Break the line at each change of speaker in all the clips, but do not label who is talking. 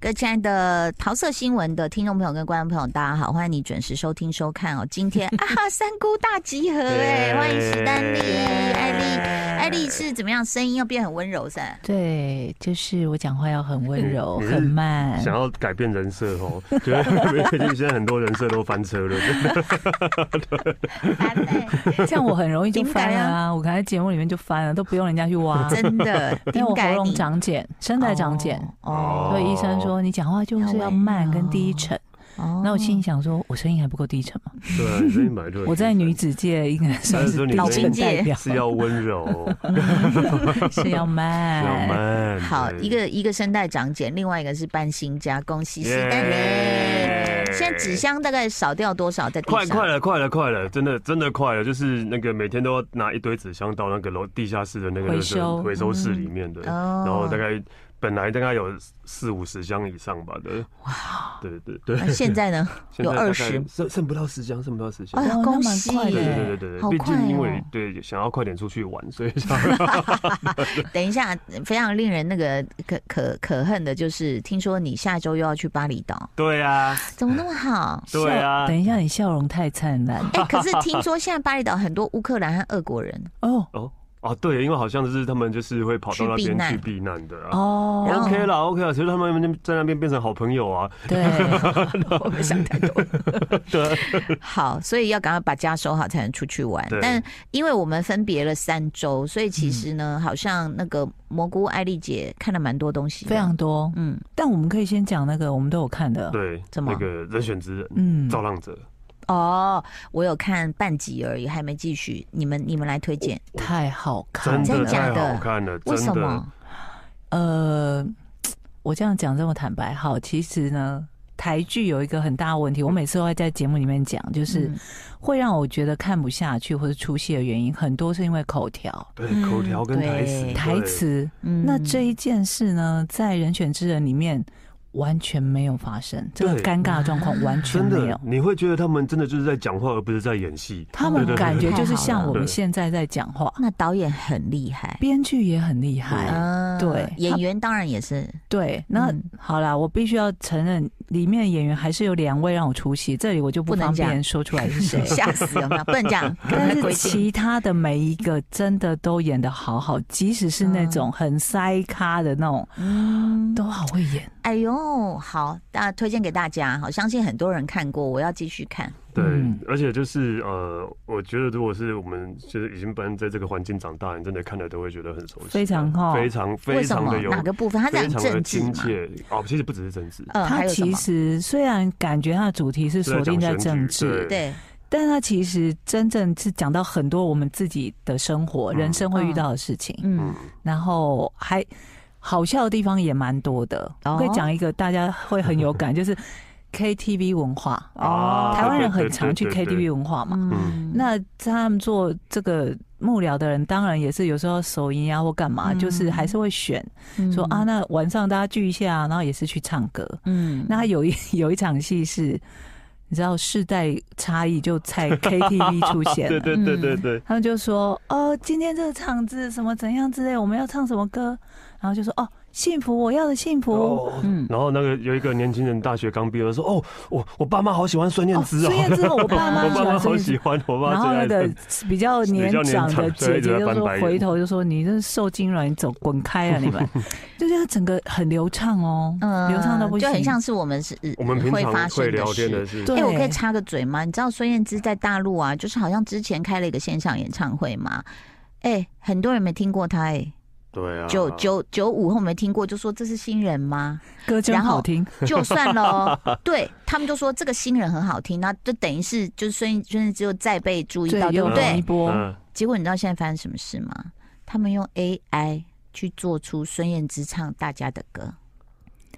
各位亲爱的桃色新闻的听众朋友跟观众朋友，大家好，欢迎你准时收听收看哦。今 天啊，三姑大集合哎，欢迎史丹利、艾丽，艾丽是怎么样？声音要变很温柔噻？
对，就是我讲话要很温柔，
嗯
很慢。
想要改变人设哦， 觉得没最近现在很多人设都翻车了，
烦嘞
这样我很容易就
敏感
翻了啊！我刚才节目里面就翻了，都不用人家去挖。
真的，
因为我
改
喉
你
咙长茧，声带长茧，
哦
哦
所以医生说你讲话就是要慢跟低沉。
哦
那我心里想说，我声音还不够低沉吗？
对，啊所以买对。
我在女子界应该算是低沉代表，
是要温柔，
是要
是要
慢。
慢。
好，
对
一个一个声带长茧，另外一个是搬新家，恭喜喜丹
耶
利。现在纸箱大概少掉多少在地
快
上？
快了，快了，快了！真的，真的快了，就是那个每天都要拿一堆纸箱到那个楼地下室的那个
回
垃圾
收
回收室里面的，
哦
然后大概本来大概有四五十箱以上吧的。哇！对对对，
那哦现在呢？
现在大概
20
剩剩不到十箱，剩不到十箱
哎。呀，
哇
恭
哦那蛮
喜！
快的
对
耶
对对对
好
对，毕
快
竟因为
哦
对想要快点出去玩，所以
等一下，非常令人那个可可可恨的就是，听说你下周又要去巴厘岛，
对啊，？
怎么那么好
对啊
笑，等一下，你笑容太灿烂
哎、可是听说现在巴厘岛很多乌克兰和俄国人，
哦
哦哦对，因为好像是他们就是会跑到那边
去
去
避
避难的啊。
哦，
然后
OK 啦，OK 啦，其实他们在那边变成好朋友啊，
对，
我们想太多。好，所以要赶快把家收好才能出去玩
对。
但因为我们分别了三周，所以其实呢，
嗯
好像那个蘑菇艾丽姐看了蛮多东西，
非常多。
嗯，
但我们可以先讲那个我们都有看的，
对，
哦怎么
那个人选之人
嗯，
造浪者，
哦，我有看半集而已，还没继续。你们你们来推荐，
太好看
真
了，
的
真的假
太
的
好看了，
为
真
什
的，
么？
呃，我这样讲这么坦白，好，其实呢，台剧有一个很大的问题，我每次都会在节目里面讲，就是
嗯
会让我觉得看不下去或者出戏的原因，很多是因为口条、
对
嗯，
口条跟台
对
词，
台词。
嗯
那这一件事呢，在《人选之人》里面完全没有发生，这个
对
尴尬的状况完全
真
没
的
有，。
你会觉得他们真的就是在讲话，而不是在演戏。
他
对
们
对对
感觉就是
太好
像
了
我们
对
现在在讲话，
那导演很厉害，
编剧也很厉害。
嗯，
对
演员当然也是，
对，那、
嗯
好啦，我必须要承认，里面的演员还是有两位让我出戏，这里我就不
不能
方
讲
便说 出来是 谁。
吓死啊有没有？不能讲，
但
规
是
定
其他的每一个真的都演的好好，即使是那种很塞咖的那种，
嗯，
都好会演。
哎呦，好，那推荐给大家，好，相信很多人看过，我要继续看。
对
嗯，
而且就是呃，我觉得如果是我们就是已经搬在这个环境长大，你真的看了都会觉得很熟悉，
非常哈
非常非
为什
常
么
的有，
哪个部分？它是
非
很
常的
政治
亲
嘛？
切哦。其实不只是政治，
嗯，还
它
有什
其
么？
实虽然感觉它的主题是锁定在政治，
对
对，
但它其实真正是讲到很多我们自己的生活、
嗯
人生会遇到的事情，
嗯，
然后还好笑的地方也蛮多的。
哦
我可以讲一个大家会很有 感，就是 KTV 文化。
哦
啊
哦台湾人很
对对
常去
对对
KTV 文化嘛，
嗯，
那他们做这个幕僚的人，当然也是有时候手淫啊或干嘛，
嗯
就是还是会选说啊，，那晚上大家聚一下啊，然后也是去唱歌。
嗯，
那他有一 有一场戏是，你知道世代差异就 在 KTV 出现
对
了。
对对对对，
他们就说哦，今天这个场子什么怎样之类，我们要唱什么歌，然后就说哦，幸福，我要的幸福。
哦。
嗯，
然后那个有一个年轻人大学刚毕业的说：“哦，我我爸妈好喜欢孙燕
哦
姿哦，
孙燕姿哦我爸妈
我爸妈
很
好
喜
喜欢，我爸
然
妈
后
最
那
爱
个
孙
比较年长的姐姐就说，回头就说：“你这受精卵，你走滚开啊！你们，就是它整个很流畅 哦，
嗯，
流畅到不行，
就很像是我们是呃
我们平
会发
常
生
会
的
聊天
事
的是，
对
哎、我可以插个嘴吗？你知道孙燕姿在大陆啊，就是好像之前开了一个线上演唱会嘛，哎、很多人没听过她、
对啊，
哎，九九九五后没听过，就说这是新人 吗？
歌真好听。
就算了哦，对他们就说这个新人很好听，那就等于是就是孙燕孙燕姿又再被注意
对
到，，对
又
不
容一
对？
波，
嗯，
结果你知道现在发生什么事吗？他们用 AI 去做出孙燕姿唱大家的歌，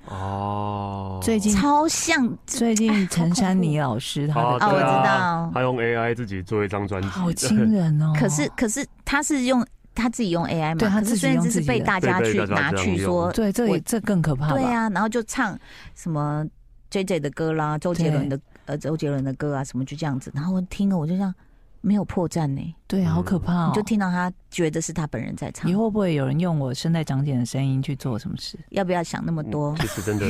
哦，
最近
超像
最近陈珊妮老师她
哦
的
啊，我
对
知
啊
道。
他用 AI 自己做一张专辑，
嗯好惊人哦，
可是可是他是用他自己用 AI 嘛，
对他
可
自
是
己
孙燕
用
姿是
自己
被
的
大家
对被
去
大家
拿
这样
去
用
说，
对，这
我
也这更可怕
对
吧？
啊，然后就唱什么 J J 的歌啦，周杰伦的呃周杰伦的歌啊，什么就这样子，然后我听了我就这样，没有破绽呢、
对，好可怕、哦！
你就听到他觉得是他本人在唱
以，后会不会有人用我声带长茧的声音去做什么事？
要不要想那么多？
嗯
嗯
其实真的，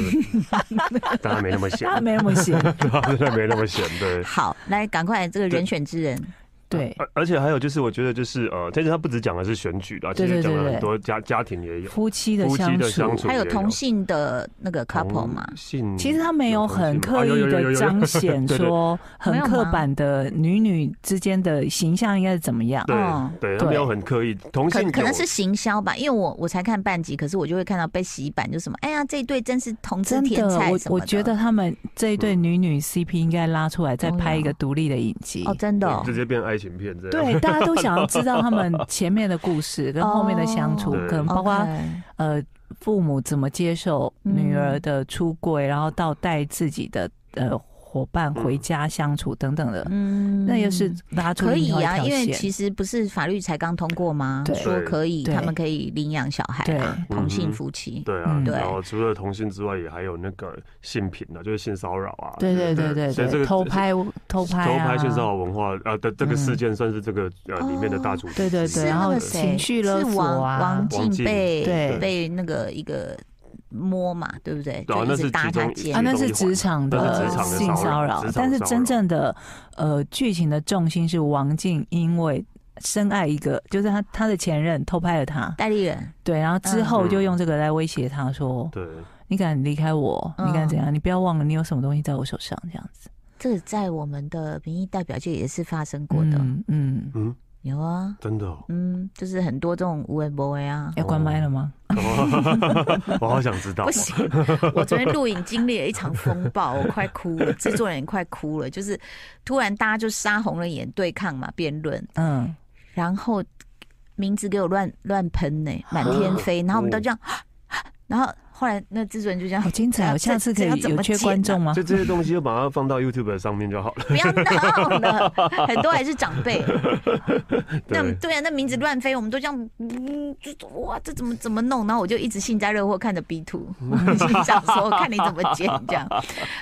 大家没那么闲
当，然没那么闲。
对 啊，真的没那么闲，对。
好，来赶快这个
对
人选之人，
对，
而而且还有就是，我觉得就是呃，但是他不只讲的是选举啦，其
对对
实讲了
对对
很多家家庭也有，
夫妻的
夫妻
相
的
处
相，处
还有
也
同性的那个 couple 嘛
同，性啊
其实他没有很刻意的彰显
对对
说很刻板的女女之间的形象应该是怎么样。
对
嗯
对，他没有很刻意，同
可
性
可能
有
是行销吧，因为我我才看半集，可是我就会看到被洗版，就什么，哎呀，这一对真是同志
真
天
的，
才
我
什么
我
的
觉得他们这一对女女 CP 应该拉出来，再拍一个独立的影集。
哦，真的哦、
直接变爱情片这样。
对，大家都想要知道他 们前面的故事跟后面的相处，
哦
可能包括
OK
呃父母怎么接受女儿的出柜，然后到带自己的呃伙伴回家相处等等的，
嗯
那又是拉出
可
另
以
外一
啊，
条
因为
线
其实不是法律才刚通过吗？
对
说可以，
对
他们可以领养小孩啊，
对
同
嗯
性
哼
夫妻。
对啊
嗯，
对
然后除了同性之外，也还有那个性平啊，就是性骚扰啊。
对对对对
所以这
对，
个
偷拍偷拍、啊、
偷拍性骚扰文化啊的这个事件，算是这个呃
哦
里面的大主题。
嗯对对对
是
然
那
后
个谁
情绪勒
是
索
王
啊
王
王
静
静
被
对
被那个一个摸嘛，对不对？
对啊
就一
那
直
是
搭
其
他
中
肩
啊，
膀。
那是职场
那
的
是职场的
性骚
骚扰
扰
职，场
但是
骚扰
真正的呃剧情的重心是王静因为深爱一个，就是他他的前任偷拍了他，
代理人，
对，然后之后
嗯
就用这个来威胁他说，
对，
你敢离开我，
嗯
你敢怎样？你不要忘了你有什么东西在我手上，这样子。
这个在我们的民意代表界也是发生过的，
嗯嗯，
嗯，
有啊，
真的哦，
嗯，就是很多这种无为不为啊。
要关麦了吗？
我好想知道
不。行， 我昨天录影经历了一场风暴，我快哭了，制作人也快哭了，就是突然大家就杀红了眼对抗嘛，辩论，
嗯，
然后名字给我乱乱喷 呢，满天 飞，然后我们都这样，然后后来那制作人就这样
好，精彩哦！
啊这
下次可
这要
以
怎
有
么
缺
剪
观众吗
就？这些东西就把它放到 YouTube 上面就好了。
不要闹 了，很多还是长辈，那
对，
对啊，那名字乱飞，我们都这样，嗯，就哇，这怎么怎么弄？然后我就一直幸灾乐祸看着 B two，心 想说看你怎么剪这样。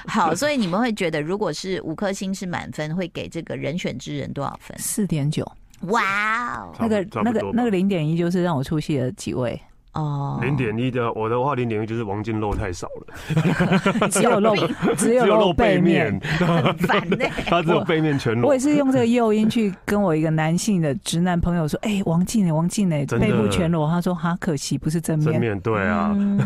好，所以你们会觉得，如果是五颗星是满分，会给这个人选之人多少分？
四点九，
哇哦，
差不
那个
差
那
不
个
多吧
那个零点一就是让我出戏的 几位，
哦，
零点一的我的话，零点一就是王金肉太少了，
只有露只有
只有
露
露
背
背
面
面，，
很烦呢、
他只有背面全
我
裸
也。是用这个诱因去跟我一个男性的直男朋友说：“哎、王静哎，王静哎，
真的
背部全裸。”他说：“哈，可惜不是正面。
正面对啊，
嗯，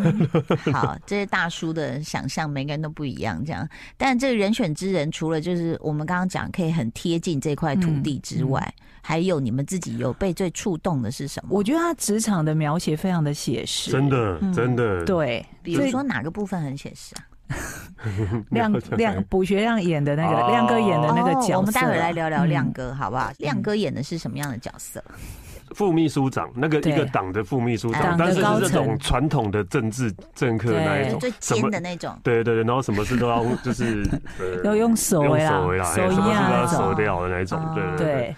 好，这些大叔的想象每个人都不一样，这样。但这个人选之人，除了就是我们刚刚讲可以很贴近这块土地之外，还有你们自己有被最触动的是什么？
我觉得他职场的描写非常的写实，
真的
嗯
真的。
对，
比如说哪个部分很写实啊？
亮亮卜学亮演的那个
哦
亮哥演的那个角色，啊
我们待会来聊聊
嗯
亮哥，好不好？亮哥演的是什么样的角色？
副秘书长，那个
对
一个党的副秘书
党
长，
的
但是
高
是这
层
种传统的政治政客那
对
一
就
种
最，
什
尖
么
的那种。
对对对，然后什么事都要就是 呃
要用手
用
哎啦
手为啦，
手
嘿什么
艺啊
事都要
那种
手掉的那一种
哦，
对对。
对，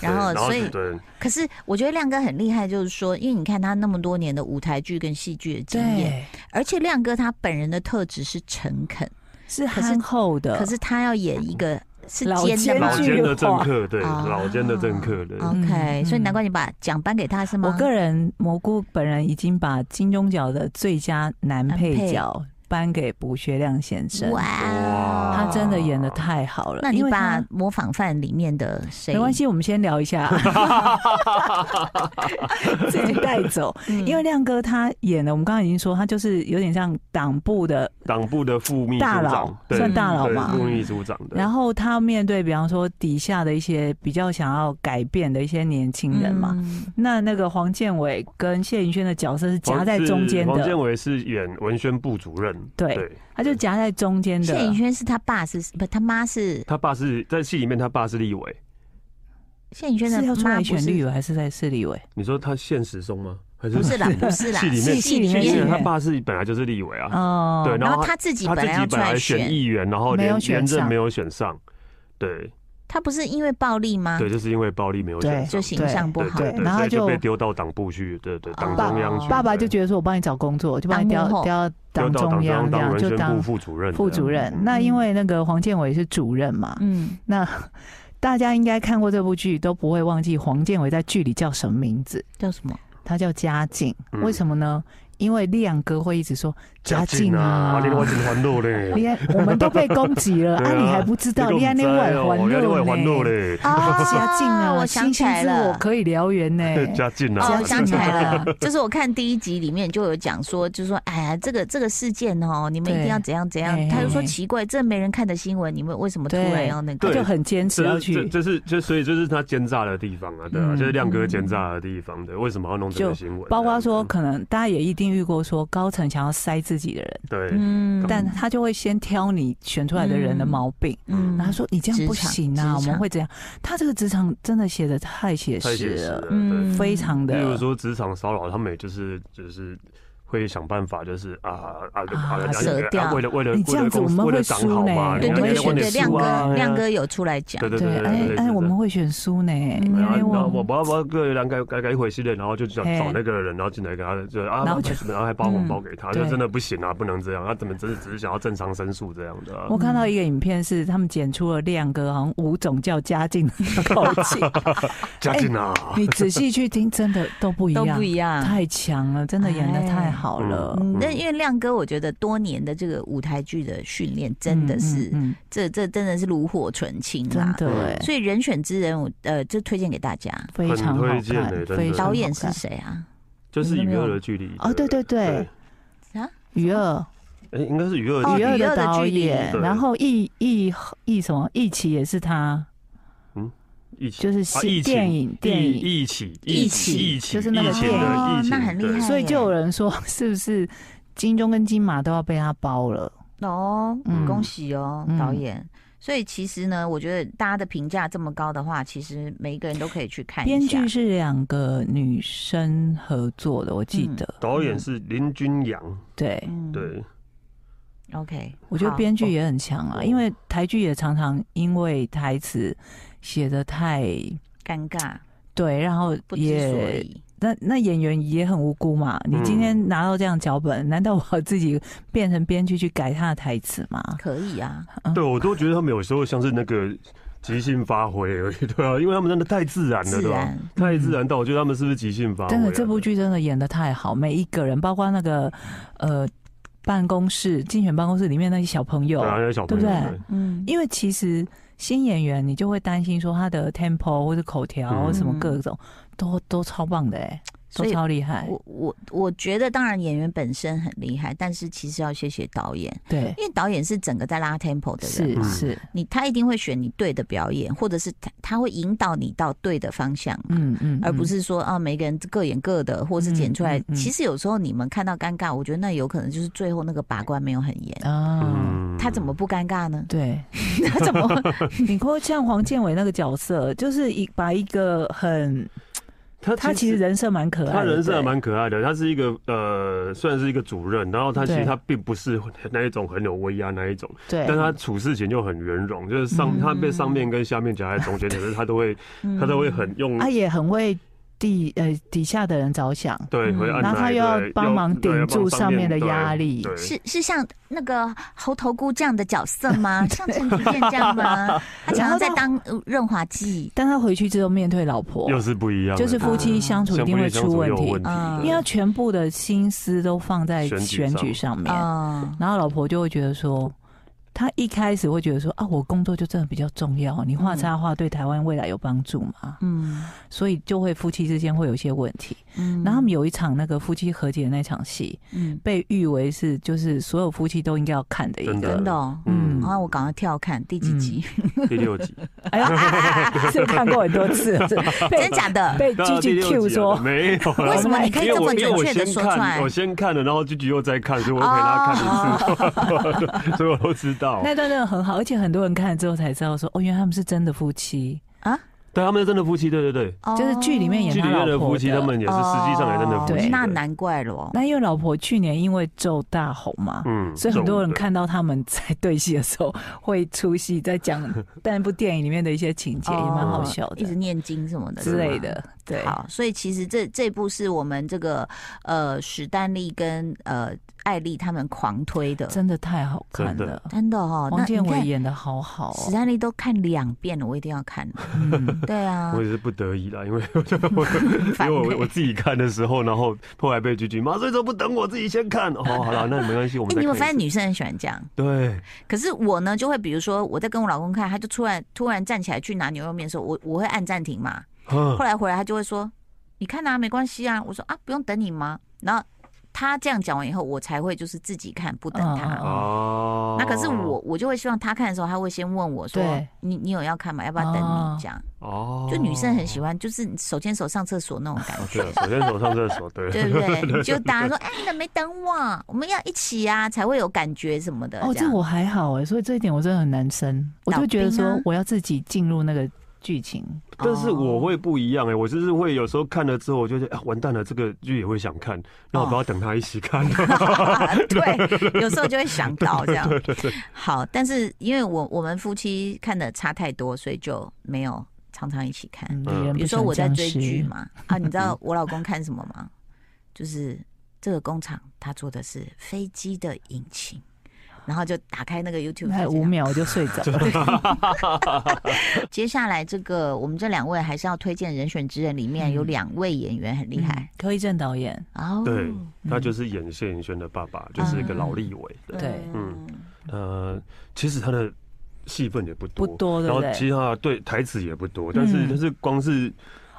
然后，所以，
对
可是我觉得亮哥很厉害，就是说，因为你看他那么多年的舞台剧跟戏剧的经验，
对，
而且亮哥他本人的特质是诚恳，
是
可是
憨厚的，
可是他要演一个是
呃老
尖的
奸
吗
老奸的政客，对
啊
哦
老奸的政客，对。
OK，、
嗯
所以难怪你把奖颁给他是吗？
我个人蘑菇本人已经把金钟奖的最佳男配角颁给卜学亮先生，
哇，
他真的演的太好了。
那你
因为他
把模仿犯里面的谁？
没关，系，我们先聊 一下，自己带走。
嗯
因为亮哥他演的，我们刚刚已经说，他就是有点像党部的，
党部的副秘书
大佬
长，对
算大佬
对
嘛
副秘书长的。
然后他面对比方说底下的一些比较想要改变的一些年轻人嘛。
嗯
那那个黄建伟跟谢颖轩的角色是夹在中间
黄建
的，
伟是演文宣部主任，
对
对，
他就夹在中间
谢
的
颖。轩是他爸是不？他妈是
他爸是在戏里面，他爸是立委。
谢颖轩的
是要出
妈
来
不
选
是
立委还是在市立委？
你说他现实中吗？还是
不 是啦，不是啦，
戏里面
是
戏里面
因
是
为他爸是本来就是立委啊，
哦，
对，
然
后
后他自己
他
本
自
来要
己
出
本来
来
选
选，
议员，然后
没有
连
选
连任
上
没有选上，对
他不是因为暴力吗？
对，就是因为暴力没有
对
选上，
就形象不
对
好
对，对
然
所
后他
以就
就
被丢到党部去，对对，党
爸
中央去，
爸爸就
对
觉得说我帮你找工作，就帮你调
当幕后
调
丢
党
到
中
中
央这
当
样，
文
就
宣
当
部副主任，嗯
嗯
副主任。那因为那个黄建伟是主任嘛，
嗯，
那大家应该看过这部剧，都不会忘记黄建伟在剧里叫什么名字。
叫什么？
他叫嘉靖，
嗯
为什么呢？因为亮哥会一 直说嘉
靖
靖啊
啊，，你我真还路嘞，
你看我们都被攻击了，
对
啊，
啊
你还不知道，
你
你还
还
那外环
你
路
外环路
呢？
嘞，
啊
嘉靖啊，
我想起来
星星之
了
火可以燎原呢。
嘉靖啊
哦，，想起来
嘉
了
靖，
就是我看第一集里面就有讲说，就是说，哎呀，这个这个事件哦，你们一定要怎样怎样
对。
他就说奇怪，这没人看的新闻，你们为什么突然要那
他
个？
就很坚持要
这是这
去，
这是就所以就是他奸诈的地方啊，对啊，
嗯
就是亮哥奸诈的地方，对，为什么要弄这
就
个新闻？
包括说
嗯
可能大家也一定遇过说高层想要塞自己的人，
对，
嗯
但他就会先挑你选出来的人的毛病，
嗯
然后说你这样不行
职
啊，
场
我们会这样。他这个职场真的写的太写
太写
实
实了
了，
对。
非常
啊
例如
的。
说职场骚扰，他们也就是就是会想办法，就是啊啊
啊
啊，
舍
啊
掉
啊为了为了
你这样子
为了公司
我们会
为了长好嘛，
输呢
对
你
对对
们也
对，
得
亮
输啊
哥亮。
对啊
哥有出来讲
对，对
对，
对
哎
对，嗯
哎，我们会选书呢，因
然后
为
然后
我
我不要不要个两改改改一回系列，然后就找
嘿
找那个人，然后进来给他就啊，
然后就
然后还包红包给他，
嗯
就
对
真的不行啊，不能这样，他怎么只是只是想要正常申诉这样的啊？
我看到一个影片是他们剪出了亮哥好像五种叫嘉靖的口 气，
嘉
哎
靖啊，
你仔细去听，真的都不一
都
样
不，一样。
太强了，真的演的太好了，
嗯，那因为亮哥，我觉得多年的这个舞台剧的训练，真的是、
嗯嗯嗯
这这真的是炉火纯青
真
啦。
的哎，
所以人选之人，我呃，就推荐给大家。
非常好
很推荐欸
看，
真的
非常好看
导演是谁啊？
就是娱乐的距离
哦对对对
啊，
余二，
哎，应该是娱乐
哦
距离
余二的导
余二的
演
距，离
然后易易易什么易奇也是他，
一起
就是
啊
戏
疫情
电影电影，
一起
疫
起
情
疫情，
就是那个
疫情的
电影
疫
哦
情，
那很厉害
对
情
所以就有人说是不是金钟跟金马都要被他包了？
哦，
嗯
恭喜哦，
嗯
导演。所以其实呢，我觉得大家的评价这么高的话，其实每一个人都可以去看
编
一下
剧。是两个女生合作的，我记得。
导演是林君阳，
对，
嗯，
对，
，OK，
我觉得
好
编剧也很强啊，
哦
因为台剧也常常因为台词写的太
尴尬，
对，然后
不知所
也
以。
那那演员也很无辜嘛。你
嗯
今天拿到这样脚本，难道我要自己变成编剧去改他的台词吗？
可以啊，
对我都觉得他们有时候像是那个即兴发挥而已，对啊，因为他们真的太自然了，
自
对吧？
然。
太自然到我觉得他们是不是即兴发挥啊？
真的，这部剧真的演的太好，每一个人，包括那个呃办公室竞选办公室里面那些小朋友
对，啊，那些小朋友
对不对
对
嗯，
因为其实新演员你就会担心说他的 tempo 或者口条
嗯
或什么各种、都都超棒的哎、都
所以
超厉害，
我我我觉得，当然演员本身很厉害，但是其实要谢谢导演，
对，
因为导演是整个在拉 tempo 的人
是
嘛，
是，
你他一定会选你对的表演，或者是他他会引导你到对的方向嘛。
嗯嗯，
而不是说啊，每个人各演各的，或是剪出来。
嗯嗯嗯
其实有时候你们看到尴尬，我觉得那有可能就是最后那个把关没有很严。
嗯啊。？
嗯
他怎么不尴尬呢
对，
他怎么
你看像黄建伟那个角色，就是一把一个很，
他
他其实人设蛮可爱的，
他人设还
对
蛮可爱的，他是一个呃，虽然是一个主任，然后他其实
对
他并不是那一种很有威压那一种，
对，
但他处事情就很圆融，就是上
嗯
他被上面跟下面夹在中间，可是他都会他都会很用
他也很为地呃底下的人着想，
对，
嗯
会按
然后他
耐
又要
对
帮忙
对
顶
要帮
住
上
上
面
面的
对
压力
对，
是是像那个猴头菇这样的角色吗？像陈菊燕这样 吗？他常常在当呃润滑剂。
但他回去之后面对老婆，
又是不一样的，
就是夫妻相处一
相
定
不
会
一相
出
处
问
又有
题，
问题
嗯
的，
因为他全部的心思都放在
选举嗯
选举上面，
啊，
然后老婆就会觉得说，他一开始会觉得说啊，我工作就真的比较重要，你
嗯
画插画对台湾未来有帮助吗？
嗯
所以就会夫妻之间会有一些问题。
嗯
然后他们有一场那个夫妻和解的那场戏，
嗯，
被誉为是就是所有夫妻都应该要看的一
真
个嗯
真。的哦。
嗯
然，后我赶快跳看第几 集，
第六集，
哎呀，啊 啊啊是看过很多次，是被
真假的？
被
到第
G G
六集啊
Q
了
说，
没有啊？
为什么你可以
因为
这
我
么
因为
准
我
确的
先
说出来
看，我？先看了，然后菊菊又在看，所以我陪她看一次， 所以我都知道。
那段真的很好，而且很多人看了之后才知道说，哦，原来他们是真的夫妻，
对，他们是真的夫妻，对对对，
哦
就是剧里面演
剧里
他老
面
婆
的夫妻，他们也是实际上也真的夫
对
妻。
那难怪了。
那因为老婆去年因为咒大红嘛，
嗯
所以很多人
这种
看到他们在对戏的时候会出戏，在 讲那部电影里面的一些情节，也蛮好笑
哦一直
的
念经什么的
之类。
是吗
的。对，
好，所以其实这这部是我们这个呃史丹利跟呃艾丽他们狂推的，
真的太好看
真
了
的。
真的哦。那
王
你
建伟
看
演的好好
史
哦，
丹利都看两遍了，我一定要看。
嗯，
对啊
我，也是不得已啦，因为我我
反
因为
对
我我自己看的时候，然后后来被拒绝，妈，这周不等我自己先看。哦，好了，那没关系，我
哎，
们再
你有没有
看一次。
发现女生很喜欢这样？
对，
可是我呢，就会比如说我在跟我老公看，他就突然突然站起来去拿牛肉面的时候，我我会按暂停嘛。
嗯
后来回来他就会说：“你看啊，没关系啊。”我说：“啊，不用等你吗？”然后他这样讲完以后，我才会就是自己看，不等他。
嗯
哦，
那可是我，我就会希望他看的时候，他会先问我说
对：“
你你有要看吗？要不要等
哦
你？”这样，
哦，
就女生很喜欢，就是手牵手上厕所那种感
哦。
觉，
对了，首先手上厕所，对，
对不对？就大家说：“哎，你怎么没等我？我们要一起啊，才会有感觉什么的。”
哦，这
样
我还好哎，所以这一点我真的很难生，我就觉得
老兵
说
啊
我要自己进入那个剧情，
但是我会不一样哎、我就是会有时候看了之后，我就觉得啊，完蛋了，这个剧也会想看，那我不要等他一起看。
对，有时候就会想到这样。好，但是因为我我们夫妻看的差太多，所以就没有常常一起看。
嗯，
嗯
李仁
比
不
如
喜
说
欢
我在
僵
追
尸
剧，嘛，啊，你知道我老公看什么吗？就是这个工厂，他做的是飞机的引擎，然后就打开那个 YouTube，
还
他
有
这
哎五
样
秒我就睡 着了。
接下来这个我们这两位还是要推荐《人选之人》里面有
嗯
两位演员很厉害
嗯，柯一正导演，
哦，
对，他就是演谢盈萱的爸爸，就是一个老立委的。
对
嗯，呃，其实他的戏份也不多，
不多对
然
不
后
对
其实他的对台词也不多，但是
嗯
但是光是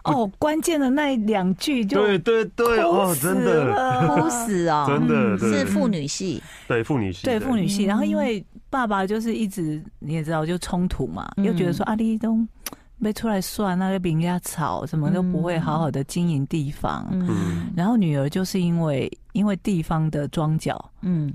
哦，关键的那两句就
对对对
哭
哦，
死
真的
了
哭 死哦，
真的
嗯
对
是妇女戏，
对妇女戏
对妇女戏，
嗯
然后因为爸爸就是一直你也知道就冲突嘛，
嗯
又觉得说阿丽东被出来算，那个比人家吵，什么都不会好好的经营地方。
嗯
嗯
然后女儿就是因为因为地方的庄脚
嗯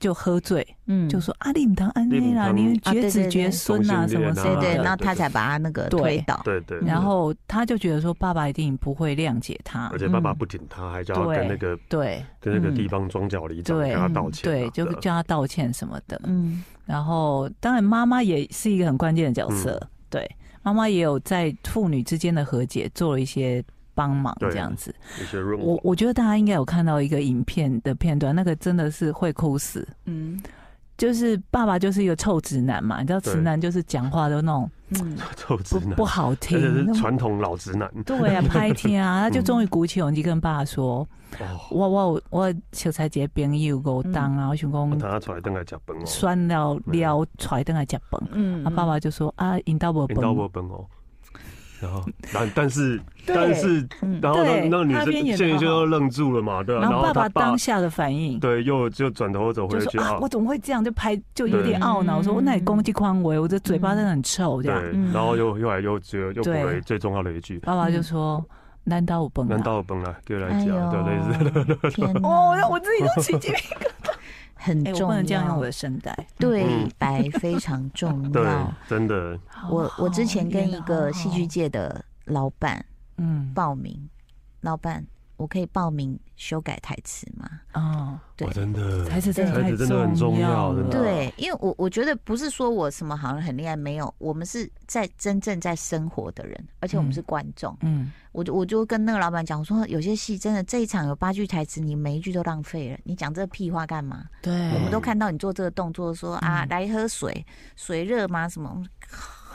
就喝醉，
嗯，
就说阿丽你当安
你
内
唔
啦，
通
你
啊对
绝
对
子
对
绝孙啊
同
什
性
么
恋
什
啊
对
么
对，
的。
然后他才把他那个
对
推倒，
对对，对
然后他就觉得说爸爸一定不会谅解他
而，且爸爸不仅他，还叫他
对
跟那个
对
跟那个地方庄脚里长
嗯对
跟他道歉啊，
对，就叫他道歉什么的。
嗯
然后，当然妈妈也是一个很关键的角色，
嗯
对，妈妈也有在父女之间的和解做了一些帮忙，
对
这样子。
一些润
我
滑。
我觉得大家应该有看到一个影片的片段，那个真的是会哭死。
嗯
就是爸爸就是一个臭直男嘛，你知道
对
直男就是讲话都那种
嗯，
臭直
不
男，
不好
而
听
且，是
那种
传统老直男。
对啊，拍天啊，他就终于鼓起勇气跟爸爸说：“
哦，
我我我小才姐朋友我当啊，我想
我
讲
等他出来等来吃饭嗯哦，
酸了了，揣等来吃饭。”
嗯
他爸爸就说啊，引导我
引到我本哦。然后，然但是
对
但是
嗯，
然后
对
让让女
他边演
生
得
现在
好好
就愣住了嘛，对啊，
然后
他
爸爸
爸
当下的反应
对又就转头走
就
回去
说啊，我怎么会这样？就拍就有
对
点懊恼，
嗯
说哦那你攻击宽我，我这嘴巴真的很臭这
对
样。，
嗯
然后又又来又又又补
对
了最重要的一句，
爸爸就说：“难道我笨
难
啊
道本来给我来
哎
讲的类似
呦，天？”哪
哦，让我自己都起鸡皮。
很
哎，我
重
不
要，
能这样用我的声带。
对
嗯
白非常重
对
要。，
真的，
嗯
我我之前跟一个戏剧
好，
界的老板
哦嗯，
报名，老板，我可以报名修改台词吗？
哦，
对
我真的
台词真的
台
太
词真的很重
要
要
了，
真的
对，因为我我觉得不是说我什么好像很厉害，没有，我们是在真正在生活的人，而且我们是观众。
嗯，
我就我就跟那个老板讲，我说有些戏真的这一场有八句台词，你每一句都浪费了，你讲这屁话干嘛？
对，
我们
嗯
都看到你做这个动作说，啊
嗯
来喝水，水热吗？什么？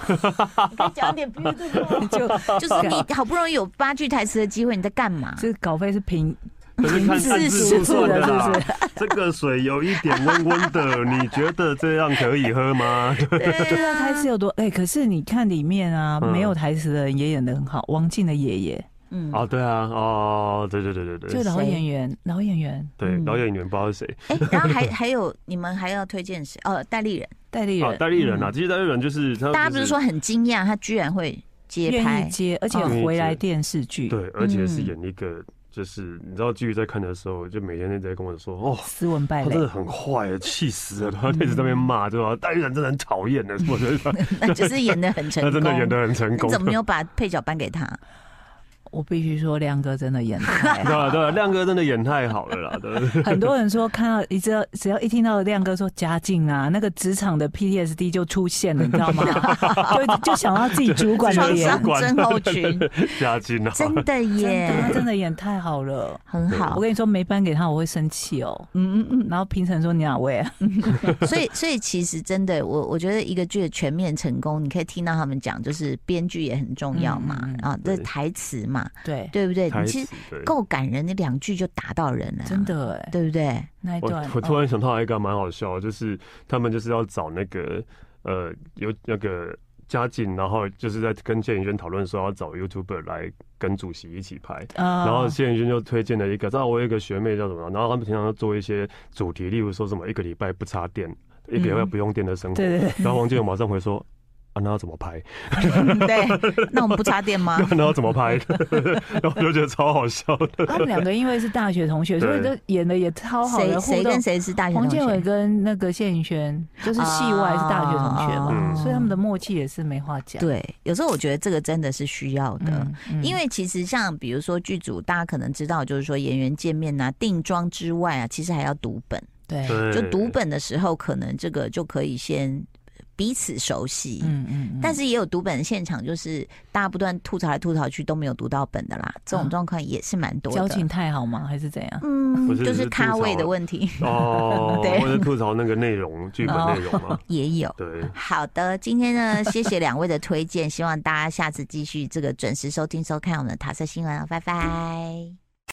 你可以讲点别的吗
就
就是你好不容易有八句台词的机会，你在干嘛？
这稿费是平
可是看
是
看
是
字数
的
的
是
啦
不，
这个水有一点温温 的，你觉得这样可以喝吗？
对啊
台词有多哎、可是你看里面啊，
嗯
没有台词的人也演的很好。王静的爷爷，
嗯，
哦，对啊，哦，对对对对对，
就老
谁
演员，老演员
对
嗯，
导演员不知道是谁，
哎，然后还还有你们还要推荐谁？哦，戴立人，
戴立
哦
人，，
戴立人啊，其实戴立人就是他，
大家不是说很惊讶，他居然会接
愿
拍
意，接，而且
嗯
回来电视剧，
啊对，而且是
嗯
演一个，就是你知道，继续在看的时候，就每天在跟我说，哦，
斯文败
哎
他真
类
的，很坏，气死了，
嗯
他一直在那边骂，对吧？戴立人真的很讨 厌的，我觉得他
那就是演的很成
他
功，
真的演的很成
你
功
怎。么没有把配角颁给他？
我必须说，亮哥真的 演得太
对
好。
啊对啊，亮哥真的演太好了啦，对 不对
很多人说看到一只要只要一听到亮哥说家境啊，那个职场的 PTSD 就出现了，你知道 吗？就就想到自己主管 的
创
脸
伤，症候群，
嘉靖啊，
真的耶，
他真的啊演太好了。
很好
我。跟你说，没颁给他我会生气哦。
嗯嗯
然后评审说你哪位啊？
嗯，所以所以其实真的，我我觉得一个剧的全面成功，你可以听到他们讲，就是编剧也很重要嘛，
嗯嗯嗯
啊，这
对
台词嘛，
对，
对不对？
台
你
词
其实
对。
够感人，你两句就打到人了，啊
真，的哎，
对不 对？
那一
我
段
我突
嗯
哦
然想到一个蛮好笑的，就是他们就是要找那个呃有那个嘉靖，然后就是在跟谢颖轩讨论说要找 YouTuber 来跟主席一起拍。
哦
啊
然后谢颖轩就推荐了一个，然后我有一个学妹叫什么，然后他们平常都做一些主题，例如说什么一个礼拜不插电，一个礼拜
嗯
不用电的生活。
对对对，
然后王健勇马上回说：“啊，那要怎么拍？
对，那我们不插电 吗？
那要怎么拍？”然后我就觉得超好笑的。
他们两个因为是大学同学，所以
对
都演的也超好
谁
的互
谁
动
跟。谁是大学
黄
同
建伟
学？
跟那个谢颖轩就是戏外是大学同学
啊哦
嘛，
嗯
所以他们的默契也是没话讲。
对，有时候我觉得这个真的是需要的。
嗯，嗯
因为其实像比如说剧组，大家可能知道，就是说演员见面啊、定妆之外啊，其实还要读本。
对，
就
对
读本的时候，可能这个就可以先彼此熟悉。
嗯嗯，
但
是
是也有读本现场，就是大家不断吐槽来吐槽去都没有读到本的啦，这
嗯
种状况也是蛮多
交
的
情。太好吗？还是怎样？
嗯
不，是
就
只
是
是
咖
吐槽
位的
了
问题
哦，
对
或者吐槽那个内容剧本内容嘛，
也有。
对。
好的，今天呢，谢谢两位的推荐，希望大家下次继续这个准时收听收看我们的塔色新闻哦，拜拜。